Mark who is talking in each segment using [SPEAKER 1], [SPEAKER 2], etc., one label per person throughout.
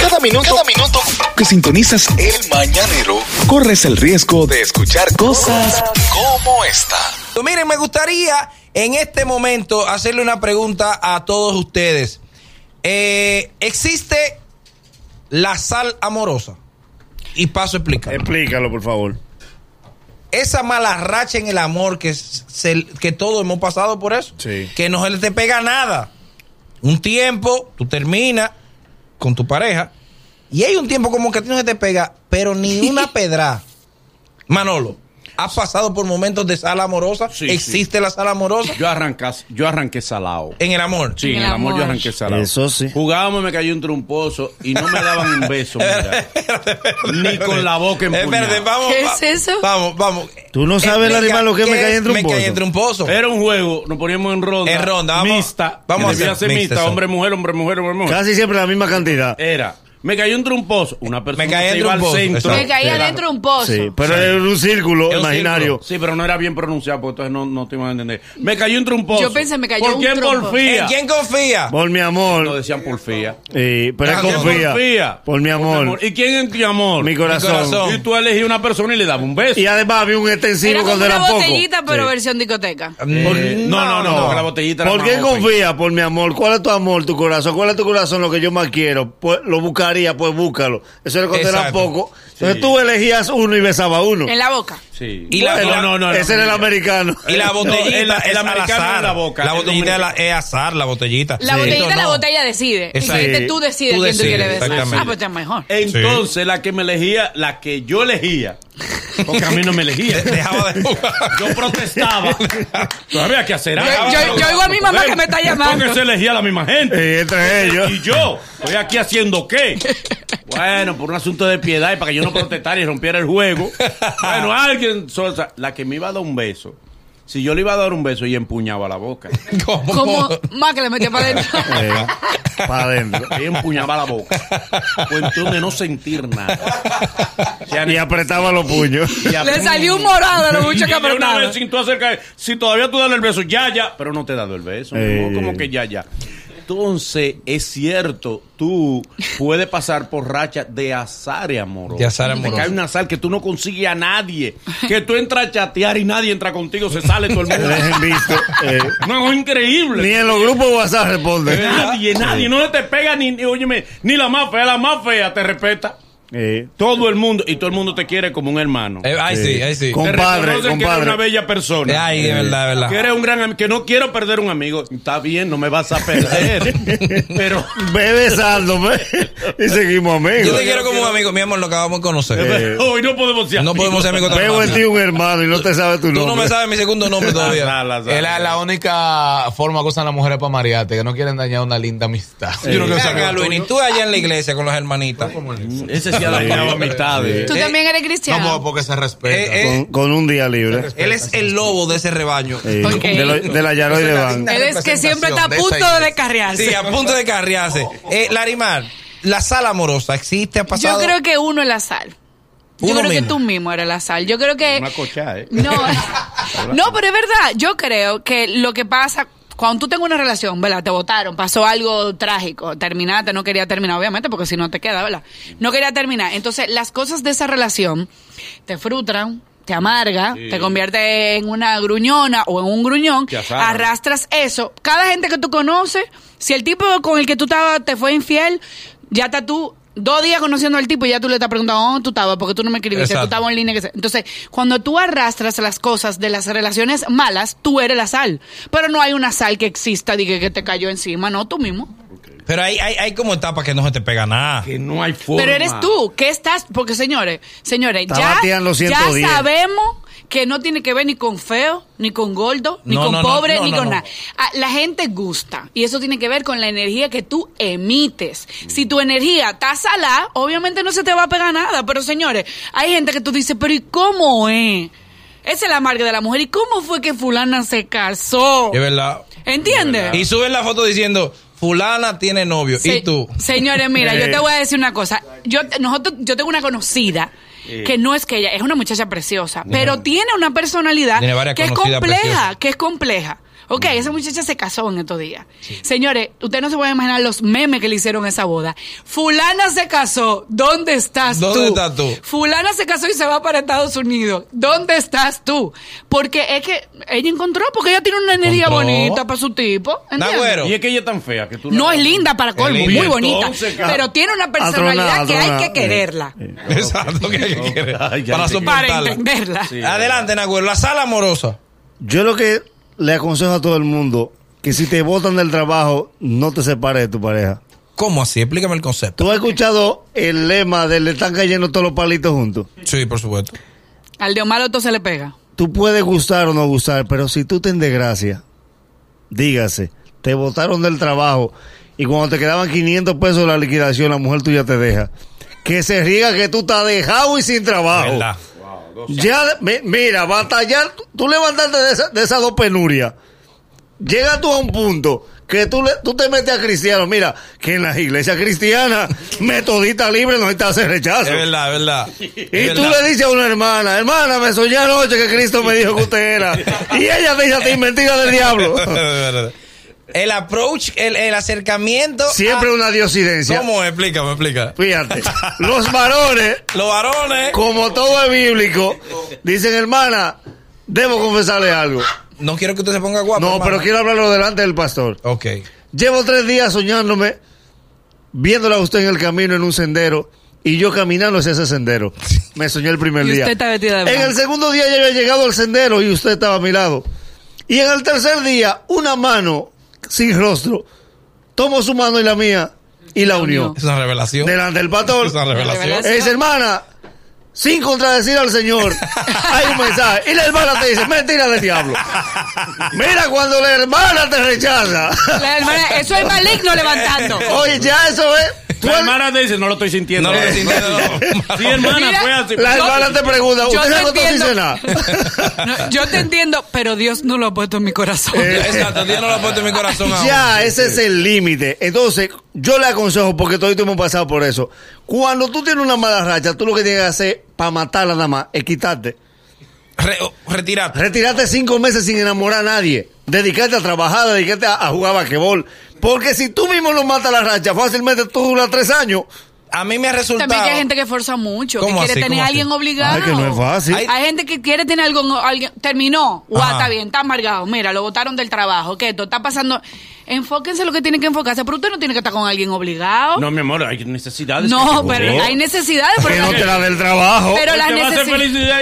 [SPEAKER 1] Cada minuto, cada minuto que sintonizas el mañanero, corres el riesgo de escuchar cosas como esta.
[SPEAKER 2] Miren, me gustaría en este momento hacerle una pregunta a todos ustedes. Eh, ¿Existe la sal amorosa? Y paso a explicar.
[SPEAKER 3] Explícalo, por favor.
[SPEAKER 2] Esa mala racha en el amor que, se- que todos hemos pasado por eso.
[SPEAKER 3] Sí.
[SPEAKER 2] Que no se te pega nada. Un tiempo, tú terminas con tu pareja. Y hay un tiempo como que a ti no se te pega, pero ni una pedra. Manolo, ¿has pasado por momentos de sal amorosa?
[SPEAKER 4] Sí,
[SPEAKER 2] ¿Existe la sal amorosa?
[SPEAKER 4] Yo arrancas, yo arranqué salado.
[SPEAKER 2] En el amor.
[SPEAKER 4] Sí,
[SPEAKER 5] En
[SPEAKER 4] en
[SPEAKER 5] el
[SPEAKER 4] el amor,
[SPEAKER 5] amor.
[SPEAKER 4] yo arranqué salado.
[SPEAKER 3] Eso sí.
[SPEAKER 4] Jugábamos y me cayó un tromposo y no me daban un beso, mira. Ni con la boca
[SPEAKER 2] Espérate,
[SPEAKER 4] empuñada.
[SPEAKER 2] vamos.
[SPEAKER 5] ¿Qué
[SPEAKER 2] va-
[SPEAKER 5] es eso?
[SPEAKER 2] Vamos, vamos. Eh,
[SPEAKER 3] Tú no sabes el animal lo que es me caí entre un
[SPEAKER 2] Me
[SPEAKER 3] pozo.
[SPEAKER 2] caí entre un pozo.
[SPEAKER 4] Era un juego, nos poníamos en ronda.
[SPEAKER 2] En ronda, vamos-
[SPEAKER 4] Mixta.
[SPEAKER 2] vamos
[SPEAKER 4] que
[SPEAKER 2] a
[SPEAKER 4] debía
[SPEAKER 2] hacer
[SPEAKER 4] ser mixta,
[SPEAKER 2] mixta,
[SPEAKER 4] hombre, mujer, hombre, mujer, hombre, mujer.
[SPEAKER 3] Casi siempre la misma cantidad.
[SPEAKER 4] Era. Me cayó un tromposo. Una persona
[SPEAKER 2] Me caí
[SPEAKER 4] se
[SPEAKER 2] en
[SPEAKER 4] iba al
[SPEAKER 2] tromposo,
[SPEAKER 4] centro.
[SPEAKER 2] exacto.
[SPEAKER 5] Me caía
[SPEAKER 2] Claro.
[SPEAKER 5] dentro de un pozo.
[SPEAKER 3] Sí, pero en un círculo
[SPEAKER 2] En un
[SPEAKER 3] imaginario.
[SPEAKER 4] Sí, pero no era bien pronunciado, porque entonces no, no te iban a entender. Me cayó un tromposo.
[SPEAKER 5] Yo pensé, me cayó
[SPEAKER 4] ¿Por
[SPEAKER 5] un
[SPEAKER 4] quién
[SPEAKER 5] trompo.
[SPEAKER 4] porfía?
[SPEAKER 2] ¿En quién confía?
[SPEAKER 3] Por mi
[SPEAKER 4] Lo
[SPEAKER 3] amor.
[SPEAKER 4] decían porfía.
[SPEAKER 3] Eh, pero él
[SPEAKER 2] Ah, ¿quién
[SPEAKER 3] confía. Por mi amor.
[SPEAKER 4] ¿Y quién en tu amor?
[SPEAKER 3] Mi
[SPEAKER 2] Mi
[SPEAKER 3] corazón.
[SPEAKER 2] corazón.
[SPEAKER 4] Y tú elegías una persona y le dabas un beso.
[SPEAKER 3] Y además había un extensivo
[SPEAKER 5] Era como
[SPEAKER 3] cuando
[SPEAKER 5] una
[SPEAKER 3] era poco.
[SPEAKER 5] botellita, pero
[SPEAKER 3] Sí.
[SPEAKER 5] versión discoteca.
[SPEAKER 4] Eh, no, no, no, porque la pues. botellita era
[SPEAKER 3] ¿Por
[SPEAKER 4] más
[SPEAKER 3] qué
[SPEAKER 4] open.
[SPEAKER 3] confía? Por mi amor. ¿Cuál es tu amor, tu corazón? ¿Cuál es tu corazón? Lo que yo más quiero. Pues lo buscaría, pues búscalo. Eso era cuando era
[SPEAKER 2] Exacto.
[SPEAKER 3] poco. Entonces tú elegías uno y besaba uno.
[SPEAKER 5] En la boca.
[SPEAKER 4] Sí.
[SPEAKER 2] Y la-
[SPEAKER 4] no, no, no, no.
[SPEAKER 3] Ese era el americano.
[SPEAKER 2] Y la botellita
[SPEAKER 4] No, el- el
[SPEAKER 2] es al
[SPEAKER 4] americano
[SPEAKER 2] azar.
[SPEAKER 4] en la boca. El
[SPEAKER 2] botellita es, la-
[SPEAKER 4] dominicano.
[SPEAKER 2] es azar, la botellita.
[SPEAKER 5] La
[SPEAKER 2] Sí.
[SPEAKER 5] botellita,
[SPEAKER 2] Esto
[SPEAKER 5] la
[SPEAKER 2] no.
[SPEAKER 5] botella decide. Y
[SPEAKER 2] Exacto.
[SPEAKER 5] dijiste, tú decides
[SPEAKER 2] Tú
[SPEAKER 5] quién tú
[SPEAKER 2] decides,
[SPEAKER 5] quieres besar.
[SPEAKER 2] exactamente.
[SPEAKER 5] Ah, pues está mejor.
[SPEAKER 4] Entonces, la que me elegía, la que yo elegía, porque a mí no me elegía.
[SPEAKER 2] De- Dejaba de
[SPEAKER 4] Yo protestaba. No había que hacer Ah, algo.
[SPEAKER 5] Yo- yo- yo oigo a mi mamá que me está llamando.
[SPEAKER 4] Porque se elegía la misma gente.
[SPEAKER 3] Eh, entre ellos.
[SPEAKER 4] Y yo, estoy aquí haciendo qué? Bueno, por un asunto de piedad y para que yo no protestara y rompiera el juego. Bueno, alguien, solsa- la que me iba a dar un beso. Si yo le iba a dar un beso, y empuñaba la boca.
[SPEAKER 2] ¿Cómo?
[SPEAKER 5] Como más que le metía para adentro.
[SPEAKER 3] Eh, para adentro.
[SPEAKER 4] Ella empuñaba la boca. Pues entonces no sentir nada. O sea,
[SPEAKER 3] Y apretaba los puños.
[SPEAKER 5] Le salió un morado a lo mucho
[SPEAKER 4] Y
[SPEAKER 5] que
[SPEAKER 4] de una
[SPEAKER 5] apretaba.
[SPEAKER 4] vez sin tú acercar, si todavía tú das el beso, ya, ya. Pero no te he dado el beso, mi amor,
[SPEAKER 3] Eh.
[SPEAKER 4] como que ya, ya. Entonces, es cierto, tú puedes pasar por racha de azar y amor.
[SPEAKER 2] De azar
[SPEAKER 4] Te
[SPEAKER 2] amoroso.
[SPEAKER 4] cae un azar que tú no consigues a nadie. Que tú entras a chatear y nadie entra contigo, se sale todo el
[SPEAKER 3] Que
[SPEAKER 4] mundo.
[SPEAKER 3] dejen visto. eh.
[SPEAKER 4] No, es increíble.
[SPEAKER 3] Ni en los grupos WhatsApp responden.
[SPEAKER 4] Nadie, nadie, no te pega ni, ni- óyeme, ni la más fea, la más fea te respeta.
[SPEAKER 3] Eh,
[SPEAKER 4] Todo el mundo, y todo el mundo te quiere como un hermano.
[SPEAKER 2] Eh, ay, sí, ay, sí. Eh,
[SPEAKER 3] Con-
[SPEAKER 4] Te
[SPEAKER 3] compadre,
[SPEAKER 4] reconoce que eres
[SPEAKER 3] compadre.
[SPEAKER 4] una bella persona.
[SPEAKER 2] Ay, de
[SPEAKER 6] Eh.
[SPEAKER 2] verdad, de verdad.
[SPEAKER 4] Que eres un gran amigo, que no quiero perder un amigo. Está bien, no me vas a perder. pero
[SPEAKER 3] ve besándome y seguimos
[SPEAKER 2] Yo
[SPEAKER 3] amigos.
[SPEAKER 2] te quiero como un amigo. Mi amor, lo acabamos de conocer.
[SPEAKER 4] hoy no podemos ser
[SPEAKER 2] Eh, No
[SPEAKER 4] amigos.
[SPEAKER 2] podemos ser amigos tan
[SPEAKER 3] Veo en
[SPEAKER 2] rápido.
[SPEAKER 3] ti un hermano y no te sabes tu
[SPEAKER 2] Tú
[SPEAKER 3] nombre.
[SPEAKER 2] no me sabes mi segundo nombre todavía.
[SPEAKER 4] La- la- la-
[SPEAKER 6] Es la, la única forma que usan las mujeres para marearte, que no quieren dañar una linda amistad.
[SPEAKER 2] Yo no quiero saber. Luini, tú allá en la iglesia con las hermanitas.
[SPEAKER 4] Ese sí ha dañado amistades.
[SPEAKER 5] Tú también eres cristiano.
[SPEAKER 6] No, porque se respeta.
[SPEAKER 2] Eh, eh,
[SPEAKER 3] Con, con un día libre.
[SPEAKER 2] él es el lobo de ese rebaño.
[SPEAKER 3] Eh,
[SPEAKER 5] Ok.
[SPEAKER 3] de, lo- de la Yaroy de Van.
[SPEAKER 5] Él es que siempre está a
[SPEAKER 6] representación de
[SPEAKER 5] punto
[SPEAKER 6] esa
[SPEAKER 5] de
[SPEAKER 6] iglesia.
[SPEAKER 5] descarriarse.
[SPEAKER 2] Sí, a punto de carriarse. Eh, Larimar, la sala amorosa existe, ha
[SPEAKER 5] Yo
[SPEAKER 2] pasado.
[SPEAKER 5] creo que uno es la sal. Yo
[SPEAKER 2] Uno
[SPEAKER 5] creo que
[SPEAKER 2] mismo.
[SPEAKER 5] tú mismo eres la sal. Yo creo que.
[SPEAKER 4] Una cochá, ¿eh?
[SPEAKER 5] No, no, pero es verdad. Yo creo que lo que pasa. Cuando tú tengas una relación, ¿verdad? Te votaron, pasó algo trágico, terminaste, no quería terminar, obviamente, porque si no te queda, ¿verdad? No quería terminar. Entonces, las cosas de esa relación te frustran, te amarga, te convierte en una gruñona o en un gruñón,
[SPEAKER 4] Te asaran.
[SPEAKER 5] arrastras eso. Cada gente que tú conoces, si el tipo con el que tú estabas te fue infiel, ya está tú dos días conociendo al tipo y ya tú le estás preguntando, ¿dónde tú estabas? Porque tú no me escribiste,
[SPEAKER 2] Exacto.
[SPEAKER 5] tú estabas en línea. Que se-". Entonces, cuando tú arrastras las cosas de las relaciones malas, tú eres la sal. Pero no hay una sal que exista, diga que te cayó encima, no, tú mismo.
[SPEAKER 2] Pero hay, hay, hay como etapas que no se te pega nada.
[SPEAKER 4] Que no hay forma.
[SPEAKER 5] Pero eres tú, ¿qué estás? Porque señores, señores,
[SPEAKER 3] Está
[SPEAKER 5] ya,
[SPEAKER 3] bateando
[SPEAKER 5] ya
[SPEAKER 3] 110.
[SPEAKER 5] sabemos que no tiene que ver ni con feo, ni con gordo, ni
[SPEAKER 2] No,
[SPEAKER 5] con
[SPEAKER 2] no, no,
[SPEAKER 5] pobre,
[SPEAKER 2] no,
[SPEAKER 5] ni
[SPEAKER 2] no,
[SPEAKER 5] con
[SPEAKER 2] no.
[SPEAKER 5] nada. Ah, La gente gusta y eso tiene que ver con la energía que tú emites. Si tu energía está salada, obviamente no se te va a pegar nada. Pero señores, hay gente que tú dices, pero ¿y cómo es? Esa es la marca de la mujer. ¿Y cómo fue que fulana se casó?
[SPEAKER 2] Es verdad.
[SPEAKER 5] ¿Entiendes?
[SPEAKER 2] Y suben la foto diciendo, fulana tiene novio.
[SPEAKER 5] Se-
[SPEAKER 2] ¿Y tú? Eh.
[SPEAKER 5] Señores, mira, yo te voy a decir una cosa. Yo, te- nosotros, yo tengo una conocida que no es que ella, es una muchacha preciosa, pero tiene una personalidad
[SPEAKER 2] Tiene varias
[SPEAKER 5] que es
[SPEAKER 2] conocidas
[SPEAKER 5] compleja,
[SPEAKER 2] preciosas. Mm.
[SPEAKER 5] que es compleja. Ok, esa muchacha se casó en estos días. Señores, ustedes no se pueden imaginar los memes que le hicieron a esa boda. Fulana se casó, ¿dónde estás tú?
[SPEAKER 2] ¿Dónde estás tú?
[SPEAKER 5] Fulana se casó y se va para Estados Unidos. ¿Dónde estás tú? Porque es que ella encontró, porque ella tiene una energía
[SPEAKER 2] Encontró.
[SPEAKER 5] bonita para su tipo. ¿entiendes?
[SPEAKER 2] Nagüero.
[SPEAKER 4] Y es que ella es tan fea que tú la-
[SPEAKER 5] No es linda para colmo,
[SPEAKER 2] Es
[SPEAKER 5] muy
[SPEAKER 2] linda.
[SPEAKER 5] bonita.
[SPEAKER 4] Entonces, ca-
[SPEAKER 5] Pero tiene una personalidad
[SPEAKER 3] Atronada,
[SPEAKER 5] que hay
[SPEAKER 3] atronada.
[SPEAKER 5] que quererla.
[SPEAKER 2] Exacto, que hay que querer.
[SPEAKER 4] Ay, ya
[SPEAKER 2] Para
[SPEAKER 4] entendí.
[SPEAKER 5] Para
[SPEAKER 2] soportarla.
[SPEAKER 5] entenderla.
[SPEAKER 4] Sí.
[SPEAKER 2] Adelante, Nagüero. La sala amorosa.
[SPEAKER 3] Yo lo que le aconsejo a todo el mundo, que si te botan del trabajo, no te separes de tu pareja.
[SPEAKER 2] ¿Cómo así? Explícame el concepto.
[SPEAKER 3] ¿Tú has escuchado el lema de le están cayendo todos los palitos juntos?
[SPEAKER 2] Sí, por supuesto.
[SPEAKER 5] Al de Omar Otto se le pega.
[SPEAKER 3] Tú puedes gustar o no gustar, pero si tú te en desgracia, dígase, te botaron del trabajo y cuando te quedaban 500 pesos de la liquidación, la mujer tuya te deja. Que se riga que tú estás dejado y sin trabajo.
[SPEAKER 2] ¿Verdad?
[SPEAKER 3] Ya, mi- mira, batallar, tú- tú levantarte de esa, de esas dos penurias. Llega tú a un punto que tú, le, tú te metes a cristiano. Mira, que en las iglesias cristianas, metodista libre no está hacer
[SPEAKER 2] Es
[SPEAKER 3] rechazo.
[SPEAKER 2] verdad, es verdad.
[SPEAKER 3] Y tú le dices a una hermana, hermana, me soñé anoche que Cristo me dijo que usted era. Y ella te dice a ti, mentira del diablo.
[SPEAKER 2] El approach, el, el acercamiento.
[SPEAKER 3] Siempre una diosidencia.
[SPEAKER 2] ¿Cómo? es? Explícame, explica.
[SPEAKER 3] Fíjate, los varones
[SPEAKER 2] Los varones.
[SPEAKER 3] como todo es bíblico, dicen, hermana, debo confesarle algo.
[SPEAKER 2] No quiero que usted se ponga guapo.
[SPEAKER 3] No,
[SPEAKER 2] hermano.
[SPEAKER 3] pero quiero hablarlo delante del pastor.
[SPEAKER 2] Ok.
[SPEAKER 3] Llevo tres días soñándome, viéndola a usted en el camino, en un sendero, y yo caminando hacia ese sendero. Me soñé el primer
[SPEAKER 5] Y
[SPEAKER 3] día.
[SPEAKER 5] usted está vestida de
[SPEAKER 3] en
[SPEAKER 5] blanco.
[SPEAKER 3] el segundo día ya había llegado al sendero y usted estaba a mi lado. Y en el tercer día, una mano sin rostro, tomo su mano y la mía, y la unió.
[SPEAKER 5] unió.
[SPEAKER 2] Es una revelación.
[SPEAKER 3] Delante del pastor.
[SPEAKER 2] Es una revelación.
[SPEAKER 5] Revelación.
[SPEAKER 3] Es hermana, sin contradecir al Señor, hay un mensaje. Y la hermana te dice, mentira del diablo. Mira cuando la hermana te rechaza.
[SPEAKER 5] La hermana- eso es maligno levantando.
[SPEAKER 3] Oye, ya eso es. Tú
[SPEAKER 4] La
[SPEAKER 3] al-
[SPEAKER 4] hermana te dice, no lo estoy sintiendo.
[SPEAKER 2] No lo estoy sintiendo, no.
[SPEAKER 4] Sí, hermana,
[SPEAKER 5] Mira,
[SPEAKER 4] fue así.
[SPEAKER 3] la hermana te pregunta,
[SPEAKER 5] Yo
[SPEAKER 3] ¿usted
[SPEAKER 5] te
[SPEAKER 3] no te
[SPEAKER 5] entiendo.
[SPEAKER 3] dice nada?
[SPEAKER 5] No, yo te entiendo, pero Dios no lo ha puesto en mi corazón.
[SPEAKER 3] Eh,
[SPEAKER 2] Exacto, Dios no lo ha puesto en mi corazón aún.
[SPEAKER 3] Ya, eh. ese es el límite. Entonces, yo le aconsejo, porque todos hemos pasado por eso. Cuando tú tienes una mala racha, tú lo que tienes que hacer para matarla nada más es quitarte.
[SPEAKER 2] Re- oh, retirate.
[SPEAKER 3] Retirarte cinco meses sin enamorar a nadie. Dedicarte a trabajar, dedicarte a, a jugar basquetbol. Porque si tú mismo no matas la racha, fácilmente tú duras tres años.
[SPEAKER 2] A mí me ha resultado.
[SPEAKER 5] También que hay gente que forza mucho, que
[SPEAKER 2] ¿Cómo
[SPEAKER 5] quiere
[SPEAKER 2] así?
[SPEAKER 5] tener
[SPEAKER 2] ¿Cómo
[SPEAKER 5] a
[SPEAKER 2] así?
[SPEAKER 5] alguien obligado.
[SPEAKER 3] Ay, que no es fácil.
[SPEAKER 5] Hay, hay gente que quiere tener algo, alguien. Terminó. Guau,
[SPEAKER 2] Ajá.
[SPEAKER 5] está bien, está amargado. Mira, lo botaron del trabajo. ¿Qué esto está pasando? Enfóquense en lo que tienen que enfocarse. Pero usted no tiene que estar con alguien obligado.
[SPEAKER 4] No, mi amor, hay necesidades.
[SPEAKER 5] No,
[SPEAKER 4] que-
[SPEAKER 5] pero hay necesidades.
[SPEAKER 3] Que
[SPEAKER 5] Pero,
[SPEAKER 3] no te la del trabajo.
[SPEAKER 5] pero
[SPEAKER 4] Porque
[SPEAKER 5] las
[SPEAKER 4] va a ser
[SPEAKER 5] necesidades.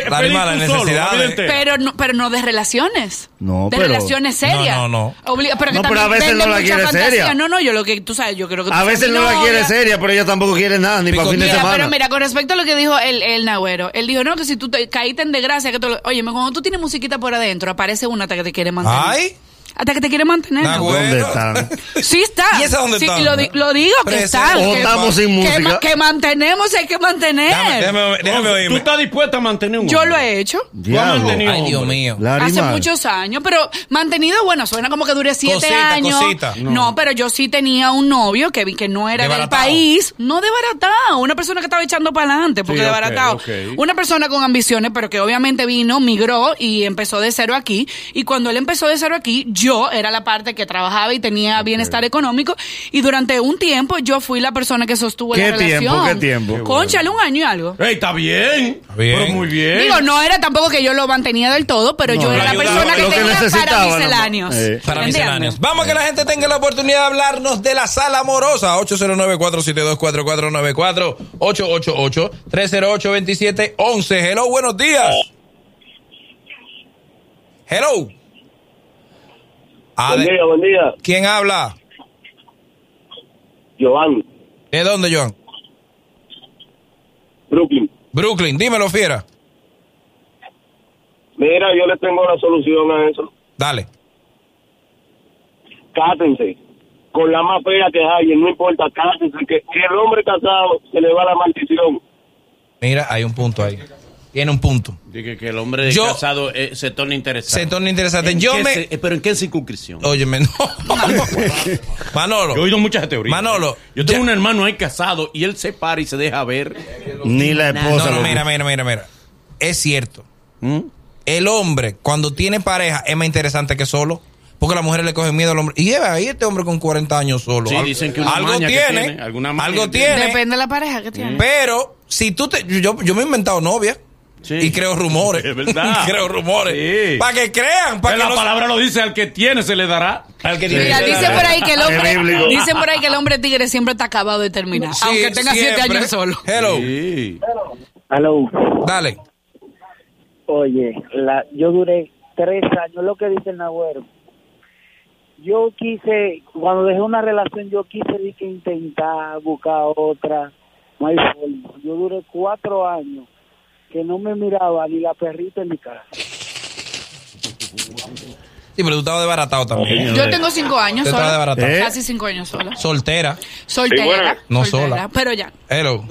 [SPEAKER 4] felicidad-
[SPEAKER 2] La
[SPEAKER 4] feliz
[SPEAKER 2] misma, las
[SPEAKER 4] tú solo,
[SPEAKER 2] necesidades.
[SPEAKER 4] la vida entera.
[SPEAKER 5] Pero no, pero no de relaciones.
[SPEAKER 3] No,
[SPEAKER 5] de
[SPEAKER 3] pero-
[SPEAKER 5] relaciones serias.
[SPEAKER 2] No, no,
[SPEAKER 5] Obli- pero que
[SPEAKER 3] No, pero
[SPEAKER 5] también
[SPEAKER 3] a veces
[SPEAKER 5] venden
[SPEAKER 3] no la
[SPEAKER 5] mucha
[SPEAKER 3] quiere
[SPEAKER 5] fantasía.
[SPEAKER 3] seria.
[SPEAKER 5] No, no, yo lo que tú sabes, yo creo que tú
[SPEAKER 3] A
[SPEAKER 5] seas
[SPEAKER 3] veces
[SPEAKER 5] mi
[SPEAKER 3] no la quiere
[SPEAKER 5] novia.
[SPEAKER 3] seria, pero ella tampoco quiere nada, ni para fin de
[SPEAKER 2] Picotea,
[SPEAKER 5] Mira,
[SPEAKER 3] semana.
[SPEAKER 5] pero mira, con respecto a lo que dijo él, el Nagüero, él dijo, no, que si tú te caíste en desgracia, que tú lo- Oye, cuando tú tienes musiquita por adentro, aparece una hasta que te quiere mantener.
[SPEAKER 2] Ay.
[SPEAKER 5] Hasta que te quiere mantener.
[SPEAKER 2] Nagüero.
[SPEAKER 3] ¿Dónde están?
[SPEAKER 5] Sí está.
[SPEAKER 2] ¿Y esa dónde
[SPEAKER 5] sí,
[SPEAKER 2] está?
[SPEAKER 5] Lo, di- lo digo que
[SPEAKER 2] Presente.
[SPEAKER 5] está.
[SPEAKER 3] O
[SPEAKER 5] que,
[SPEAKER 3] estamos sin
[SPEAKER 5] que
[SPEAKER 3] música.
[SPEAKER 5] ma- que mantenemos, hay que mantener.
[SPEAKER 2] Déjame, déjame, déjame
[SPEAKER 4] Entonces, ¿Tú
[SPEAKER 2] oírme.
[SPEAKER 4] estás dispuesta a mantener un
[SPEAKER 5] Yo lo
[SPEAKER 4] hombre?
[SPEAKER 5] he hecho.
[SPEAKER 4] Tú has
[SPEAKER 3] Diablo.
[SPEAKER 4] mantenido
[SPEAKER 2] Ay,
[SPEAKER 4] un
[SPEAKER 2] Dios
[SPEAKER 4] hombre.
[SPEAKER 2] mío.
[SPEAKER 3] La
[SPEAKER 5] Hace
[SPEAKER 3] animal.
[SPEAKER 5] muchos años, pero mantenido, bueno, suena como que dure siete
[SPEAKER 2] Cosita,
[SPEAKER 5] años.
[SPEAKER 2] cosita.
[SPEAKER 5] No. pero yo sí tenía un novio que vi que no era del
[SPEAKER 2] Desbaratado.
[SPEAKER 5] país, no desbaratado, una persona que estaba echando para adelante, porque
[SPEAKER 4] Sí, ok,
[SPEAKER 5] desbaratado.
[SPEAKER 4] ok.
[SPEAKER 5] Una persona con ambiciones, pero que obviamente vino, migró y empezó de cero aquí. Y cuando él empezó de cero aquí, yo era la parte que trabajaba y tenía bienestar económico. Y durante un tiempo yo fui la persona que sostuvo
[SPEAKER 3] ¿Qué
[SPEAKER 5] la
[SPEAKER 3] tiempo?
[SPEAKER 5] relación.
[SPEAKER 3] ¿Qué tiempo? Qué bueno.
[SPEAKER 5] Conchale, un año y algo.
[SPEAKER 4] Ey, está bien.
[SPEAKER 2] bien.
[SPEAKER 4] Pero muy bien.
[SPEAKER 5] Digo, no era tampoco que yo lo mantenía del todo, pero yo era la
[SPEAKER 2] ayudaba,
[SPEAKER 5] persona que
[SPEAKER 2] lo que
[SPEAKER 5] tenía
[SPEAKER 3] necesitaba,
[SPEAKER 5] para
[SPEAKER 3] ¿no?
[SPEAKER 5] misceláneos.
[SPEAKER 3] Eh.
[SPEAKER 2] Para
[SPEAKER 5] ¿Entiendes?
[SPEAKER 2] misceláneos. Vamos a que la gente tenga la oportunidad de hablarnos de la sala amorosa. 809-472-4494. 888-308-2711. Hello, buenos días. Hello.
[SPEAKER 7] Buen
[SPEAKER 2] Ade-
[SPEAKER 7] día, buen día.
[SPEAKER 2] ¿Quién habla?
[SPEAKER 7] Giovanni,
[SPEAKER 2] ¿De dónde, Joan?
[SPEAKER 7] Brooklyn.
[SPEAKER 2] Brooklyn, dímelo, fiera.
[SPEAKER 7] Mira, yo le tengo la solución a eso.
[SPEAKER 2] Dale.
[SPEAKER 7] Cátense. Con la más fea que hay, no importa, cátense. Que el hombre casado se le va la maldición.
[SPEAKER 2] Mira, hay un punto ahí. Tiene un punto.
[SPEAKER 4] Dije que el hombre
[SPEAKER 2] Yo-
[SPEAKER 4] casado eh, se torna interesante.
[SPEAKER 2] Se torna interesante. Yo me.
[SPEAKER 4] pero ¿en qué circunscripción?
[SPEAKER 2] Óyeme, no. Manolo.
[SPEAKER 4] Yo he oído muchas teorías. ¿eh?
[SPEAKER 2] Manolo,
[SPEAKER 4] Yo tengo
[SPEAKER 2] ya-
[SPEAKER 4] un hermano ahí casado y él se para y se deja ver.
[SPEAKER 3] Ni la esposa.
[SPEAKER 2] No, no,
[SPEAKER 3] loco.
[SPEAKER 2] mira, mira, mira, mira. Es cierto.
[SPEAKER 4] ¿Mm?
[SPEAKER 2] El hombre, cuando tiene pareja, es más interesante que solo. Porque las mujeres le cogen miedo al hombre. Y lleva ahí este hombre con 40 años solo.
[SPEAKER 4] Sí,
[SPEAKER 2] Al-
[SPEAKER 4] dicen que una
[SPEAKER 2] algo
[SPEAKER 4] maña que
[SPEAKER 2] tiene,
[SPEAKER 4] tiene, alguna maña
[SPEAKER 2] algo
[SPEAKER 4] que tiene.
[SPEAKER 2] tiene.
[SPEAKER 5] Depende de la pareja que tiene.
[SPEAKER 2] Pero si tú te. Yo, yo me he inventado novia.
[SPEAKER 4] Sí.
[SPEAKER 2] Y creo rumores.
[SPEAKER 4] Es verdad.
[SPEAKER 2] creo rumores.
[SPEAKER 4] Sí.
[SPEAKER 2] Para que crean. Para
[SPEAKER 4] Pero
[SPEAKER 2] que
[SPEAKER 4] la
[SPEAKER 2] no-
[SPEAKER 4] palabra lo dice, al que tiene se le dará.
[SPEAKER 2] Al que tiene-
[SPEAKER 5] Mira, dicen por ahí que el
[SPEAKER 3] Es
[SPEAKER 5] hombre,
[SPEAKER 3] bíblico.
[SPEAKER 5] dicen por ahí que el hombre tigre siempre está acabado de terminar,
[SPEAKER 2] Sí,
[SPEAKER 5] aunque tenga siete
[SPEAKER 2] siempre.
[SPEAKER 5] años solo.
[SPEAKER 2] Hello.
[SPEAKER 4] Sí.
[SPEAKER 8] Aló.
[SPEAKER 2] Dale.
[SPEAKER 8] Oye, la, yo duré tres años, lo que dice el Nagüero. Yo quise, cuando dejé una relación, yo quise di que intentar buscar otra. No hay forma. Yo duré cuatro años que no me miraba ni la perrita en mi casa.
[SPEAKER 2] Sí, pero tú estabas desbaratado también.
[SPEAKER 5] Yo tengo cinco años
[SPEAKER 2] Te está
[SPEAKER 5] sola,
[SPEAKER 2] desbaratado.
[SPEAKER 3] ¿Eh?
[SPEAKER 5] casi cinco años sola,
[SPEAKER 2] Soltera.
[SPEAKER 5] soltera,
[SPEAKER 2] No
[SPEAKER 5] soltera,
[SPEAKER 2] sola.
[SPEAKER 5] pero ya.
[SPEAKER 2] Hello.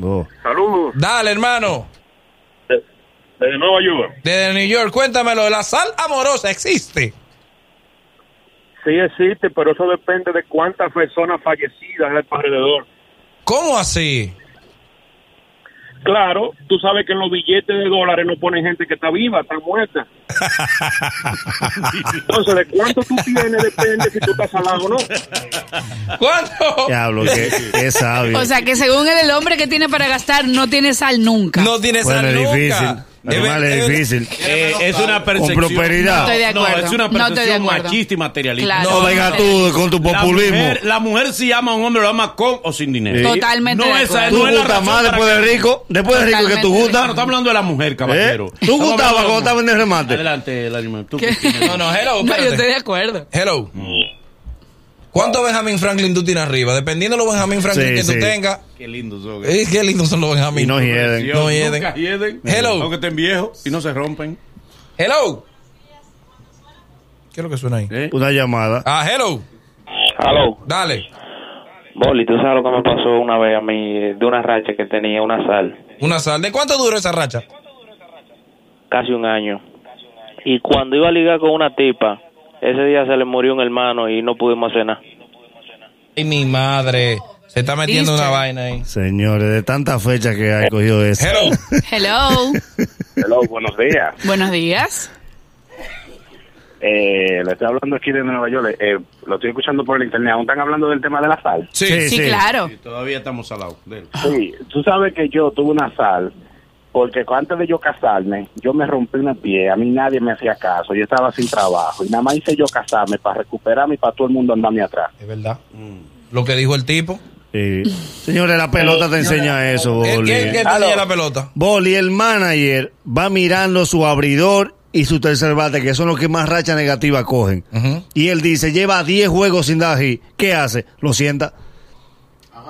[SPEAKER 3] Oh.
[SPEAKER 7] Saludos
[SPEAKER 2] Dale, hermano.
[SPEAKER 7] desde Nueva York.
[SPEAKER 2] Desde New York, cuéntamelo. La sal amorosa existe.
[SPEAKER 7] Sí existe, pero eso depende de cuántas personas fallecidas hay alrededor.
[SPEAKER 2] ¿Cómo así?
[SPEAKER 7] Claro, tú sabes que en los billetes de dólares no ponen gente que está viva, está muerta. Entonces, de cuánto tú tienes depende si tú estás salado o no.
[SPEAKER 2] ¿Cuánto?
[SPEAKER 3] Diablo, que es sabio.
[SPEAKER 5] O sea que según él el hombre que tiene para gastar no tiene sal nunca.
[SPEAKER 2] No tiene
[SPEAKER 3] Bueno,
[SPEAKER 2] sal
[SPEAKER 3] es
[SPEAKER 2] nunca.
[SPEAKER 3] difícil.
[SPEAKER 2] Debe-
[SPEAKER 3] Normal, es
[SPEAKER 2] debe-
[SPEAKER 3] difícil.
[SPEAKER 4] Eh, es una
[SPEAKER 3] Con
[SPEAKER 4] percepción.
[SPEAKER 3] prosperidad.
[SPEAKER 5] No estoy de
[SPEAKER 4] No,
[SPEAKER 5] acuerdo.
[SPEAKER 4] es una
[SPEAKER 5] No estoy de
[SPEAKER 4] percepción
[SPEAKER 5] acuerdo.
[SPEAKER 4] machista y materialista.
[SPEAKER 5] Claro.
[SPEAKER 3] No, venga tú con tu
[SPEAKER 4] La
[SPEAKER 3] populismo.
[SPEAKER 4] mujer, la mujer si ama a un hombre, lo ama con o sin dinero.
[SPEAKER 3] Sí.
[SPEAKER 5] Totalmente
[SPEAKER 4] No,
[SPEAKER 5] de
[SPEAKER 4] esa es-
[SPEAKER 5] acuerdo.
[SPEAKER 3] Tú
[SPEAKER 4] no es la
[SPEAKER 3] gustas
[SPEAKER 4] razón
[SPEAKER 3] más
[SPEAKER 4] para
[SPEAKER 3] después de
[SPEAKER 4] que-
[SPEAKER 3] rico. Después de rico que tú
[SPEAKER 5] Totalmente.
[SPEAKER 4] Ah, no
[SPEAKER 3] gustas.
[SPEAKER 4] estamos hablando de la mujer, caballero.
[SPEAKER 3] ¿Eh? Tú
[SPEAKER 4] Estamos
[SPEAKER 3] gustabas
[SPEAKER 4] hablando de la
[SPEAKER 3] cuando estabas en el remate.
[SPEAKER 4] Adelante, el animal. Tú,
[SPEAKER 5] ¿Qué?
[SPEAKER 4] Cristina.
[SPEAKER 2] No, no, hello.
[SPEAKER 5] No, yo
[SPEAKER 2] espérate.
[SPEAKER 5] estoy de acuerdo.
[SPEAKER 2] Hello. ¿Cuánto Benjamin Franklin tú tienes arriba? Dependiendo de los Benjamin Franklin
[SPEAKER 3] Sí,
[SPEAKER 2] que
[SPEAKER 3] sí.
[SPEAKER 2] tú tengas.
[SPEAKER 4] Qué lindo son. eh.
[SPEAKER 2] Eh, qué lindos son los Benjamin.
[SPEAKER 3] Y no hieden.
[SPEAKER 2] No
[SPEAKER 4] Dios,
[SPEAKER 2] hieden.
[SPEAKER 4] nunca hieden.
[SPEAKER 2] Hello.
[SPEAKER 4] Aunque estén viejos y no se rompen.
[SPEAKER 2] Hello. ¿Qué es lo que suena ahí?
[SPEAKER 4] ¿eh?
[SPEAKER 3] Una llamada.
[SPEAKER 2] Ah, hello.
[SPEAKER 9] Aló,
[SPEAKER 2] Dale.
[SPEAKER 9] Boli, tú sabes lo que me pasó una vez a mí eh, de una racha que tenía una sal,
[SPEAKER 2] Una sal. ¿De cuánto duró esa racha?
[SPEAKER 9] casi un año. Y cuando iba a ligar con una tipa, ese día se le murió un hermano y no pudimos hacer nada.
[SPEAKER 2] Ay, mi madre. Se está metiendo
[SPEAKER 5] ¿Viste?
[SPEAKER 2] una vaina ahí.
[SPEAKER 3] Señores, de tantas fechas que hay cogido eso.
[SPEAKER 2] Hello.
[SPEAKER 5] Hello,
[SPEAKER 10] Hello, buenos días.
[SPEAKER 5] buenos días.
[SPEAKER 10] Eh, le estoy hablando aquí de Nueva York. eh, lo estoy escuchando por el internet. Aún están hablando del tema de la sal.
[SPEAKER 5] Sí, claro.
[SPEAKER 4] Y todavía estamos al lado. de él.
[SPEAKER 10] Sí, tú sabes que yo tuve una sal. Porque antes de yo casarme, yo me rompí una pie. A mí nadie me hacía caso. Yo estaba sin trabajo. Y nada más hice yo casarme para recuperarme y para todo el mundo andarme atrás.
[SPEAKER 2] Es verdad. Lo que dijo el tipo.
[SPEAKER 3] Sí. Señores, la pelota te enseña eso,
[SPEAKER 2] ¿Quién
[SPEAKER 3] Boli.
[SPEAKER 2] quién- quién te enseña la pelota?
[SPEAKER 3] Boli, el manager, va mirando su abridor y su tercer bate, que son los que más racha negativa cogen.
[SPEAKER 2] Ujú.
[SPEAKER 3] Y él dice, lleva 10 juegos sin dar hit. ¿Qué hace? Lo sienta.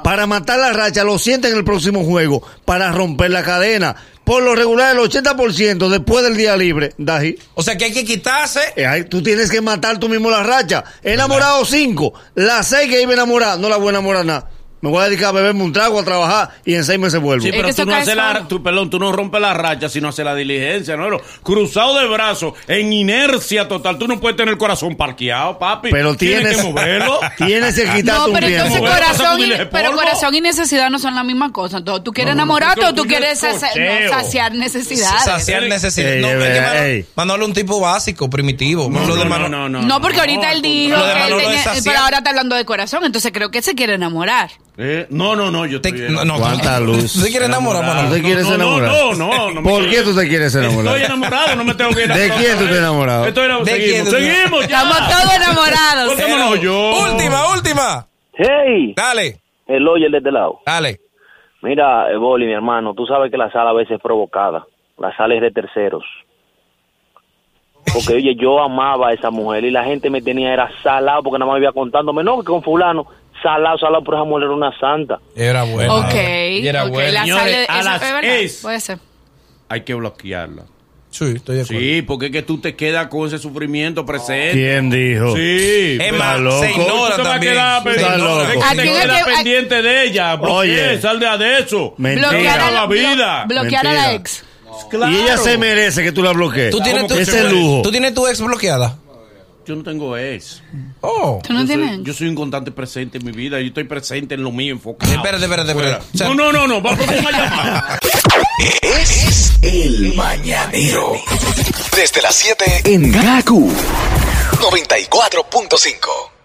[SPEAKER 3] Para matar la racha, lo sienta en el próximo juego, para romper la cadena. Por lo regular, el 80% después del día libre, da hit.
[SPEAKER 2] O sea que hay que quitarse.
[SPEAKER 3] Eh, ay, tú tienes que matar tú mismo la racha. He enamorado cinco. La seis que iba a enamorar, no la voy a enamorar nada. Me voy a dedicar a beberme un trago, a trabajar y en seis meses vuelvo.
[SPEAKER 4] Sí,
[SPEAKER 5] Es
[SPEAKER 4] pero
[SPEAKER 5] que
[SPEAKER 4] tú
[SPEAKER 5] eso
[SPEAKER 4] no,
[SPEAKER 5] cae
[SPEAKER 4] haces
[SPEAKER 5] solo.
[SPEAKER 4] la, tú, perdón, tú no rompes la racha, sino haces la diligencia, ¿no? Pero Cruzado de brazos, en inercia total. Tú no puedes tener el corazón parqueado, papi.
[SPEAKER 3] Pero tienes-
[SPEAKER 4] que moverlo.
[SPEAKER 3] Tienes que
[SPEAKER 5] No,
[SPEAKER 3] quitarte un
[SPEAKER 5] pero entonces
[SPEAKER 3] tiempo. ¿eh?
[SPEAKER 4] Bueno, pasa
[SPEAKER 5] corazón
[SPEAKER 4] con
[SPEAKER 5] y,
[SPEAKER 4] miles de
[SPEAKER 5] pero
[SPEAKER 4] polvo.
[SPEAKER 5] corazón y necesidad no son la misma cosa. Entonces, tú quieres enamorarte
[SPEAKER 4] porque
[SPEAKER 5] o tú
[SPEAKER 4] tuyo
[SPEAKER 5] quieres
[SPEAKER 4] es
[SPEAKER 5] sacia-
[SPEAKER 4] cocheo.
[SPEAKER 5] no, saciar necesidades.
[SPEAKER 2] Saciar necesidades.
[SPEAKER 3] Ey,
[SPEAKER 2] No,
[SPEAKER 3] ey,
[SPEAKER 2] es que
[SPEAKER 3] ey,
[SPEAKER 2] Manolo-
[SPEAKER 3] ey.
[SPEAKER 2] Manolo es un tipo básico, primitivo. Manolo de Manolo-
[SPEAKER 5] no, porque ahorita él dijo
[SPEAKER 2] Lo de
[SPEAKER 5] que él
[SPEAKER 2] Manolo
[SPEAKER 5] tenía-
[SPEAKER 2] es saciar.
[SPEAKER 5] pero ahora está hablando de corazón, entonces creo que él se quiere enamorar.
[SPEAKER 4] Eh, no, no, no, yo
[SPEAKER 2] Te-
[SPEAKER 4] estoy bien.
[SPEAKER 2] no, no,
[SPEAKER 3] Cuánta
[SPEAKER 2] tú-
[SPEAKER 3] luz.
[SPEAKER 2] ¿Tú te quieres enamorar,
[SPEAKER 3] ¿Tú
[SPEAKER 2] Manolo?
[SPEAKER 3] te quieres
[SPEAKER 4] no, no,
[SPEAKER 3] enamorar?
[SPEAKER 4] No, no, no. me
[SPEAKER 3] ¿Por
[SPEAKER 4] quiero-
[SPEAKER 3] qué tú te quieres enamorar?
[SPEAKER 4] Estoy enamorado, no me tengo que enamorar.
[SPEAKER 3] ¿De quién tú te has enamorado?
[SPEAKER 4] Estoy enamorado.
[SPEAKER 2] ¿De quién
[SPEAKER 4] Seguimos,
[SPEAKER 2] tú te-
[SPEAKER 4] seguimos, ya.
[SPEAKER 5] Estamos todos enamorados.
[SPEAKER 4] Porque- Vámonos
[SPEAKER 2] Hello.
[SPEAKER 4] yo.
[SPEAKER 2] Última, última.
[SPEAKER 9] ¡Hey!
[SPEAKER 2] Dale,
[SPEAKER 9] El oye de este lado.
[SPEAKER 2] dale.
[SPEAKER 9] Mira, eh, Boli, mi hermano, tú sabes que la sal a veces es provocada. La sal es de terceros. Porque, oye, yo amaba a esa mujer y la gente me tenía, era salado, porque nada más me iba contándome, no, que con fulano, salado, salado, pero esa mujer era una santa.
[SPEAKER 2] Era buena.
[SPEAKER 5] Ok,
[SPEAKER 2] Y era
[SPEAKER 5] ok,
[SPEAKER 2] buena.
[SPEAKER 5] la
[SPEAKER 4] Señores,
[SPEAKER 5] sale-
[SPEAKER 4] a
[SPEAKER 5] esa-
[SPEAKER 4] las
[SPEAKER 5] es verdad,
[SPEAKER 4] seis.
[SPEAKER 5] Puede ser.
[SPEAKER 4] Hay que bloquearla.
[SPEAKER 2] Sí, estoy de acuerdo.
[SPEAKER 4] Sí, porque es que tú te quedas con ese sufrimiento presente.
[SPEAKER 3] ¿Quién dijo?
[SPEAKER 4] Sí.
[SPEAKER 2] Es
[SPEAKER 4] pero-
[SPEAKER 2] más,
[SPEAKER 3] loco.
[SPEAKER 2] se ignora
[SPEAKER 4] Tú te vas a
[SPEAKER 2] también.
[SPEAKER 4] quedar
[SPEAKER 2] Se
[SPEAKER 4] pendiente.
[SPEAKER 2] ignora.
[SPEAKER 3] loco.
[SPEAKER 4] Tú te
[SPEAKER 5] Aquí es
[SPEAKER 4] quedas
[SPEAKER 5] que-
[SPEAKER 4] pendiente de ella. Oye.
[SPEAKER 3] Oye.
[SPEAKER 4] Sal de a de eso.
[SPEAKER 3] Mentira.
[SPEAKER 5] Bloquear a la,
[SPEAKER 4] Mentira. Mentira.
[SPEAKER 5] blo- bloquear a la
[SPEAKER 3] Mentira.
[SPEAKER 5] ex.
[SPEAKER 3] Y ella se merece que tú la bloquees.
[SPEAKER 2] ¿Tú tienes, tu,
[SPEAKER 3] Ese lujo.
[SPEAKER 2] ¿Tú tienes tu ex bloqueada?
[SPEAKER 4] Yo no tengo ex.
[SPEAKER 2] Oh.
[SPEAKER 5] ¿Tú no
[SPEAKER 4] yo,
[SPEAKER 5] tienes?
[SPEAKER 4] soy, yo soy un constante presente en mi vida. Yo estoy presente en lo mío, enfocado.
[SPEAKER 2] Espérate, espérate, espérate. O sea,
[SPEAKER 4] Ah, No, no, no, no. Vamos a llamar.
[SPEAKER 1] Es el mañanero. Desde las 7 en Gaku 94.5.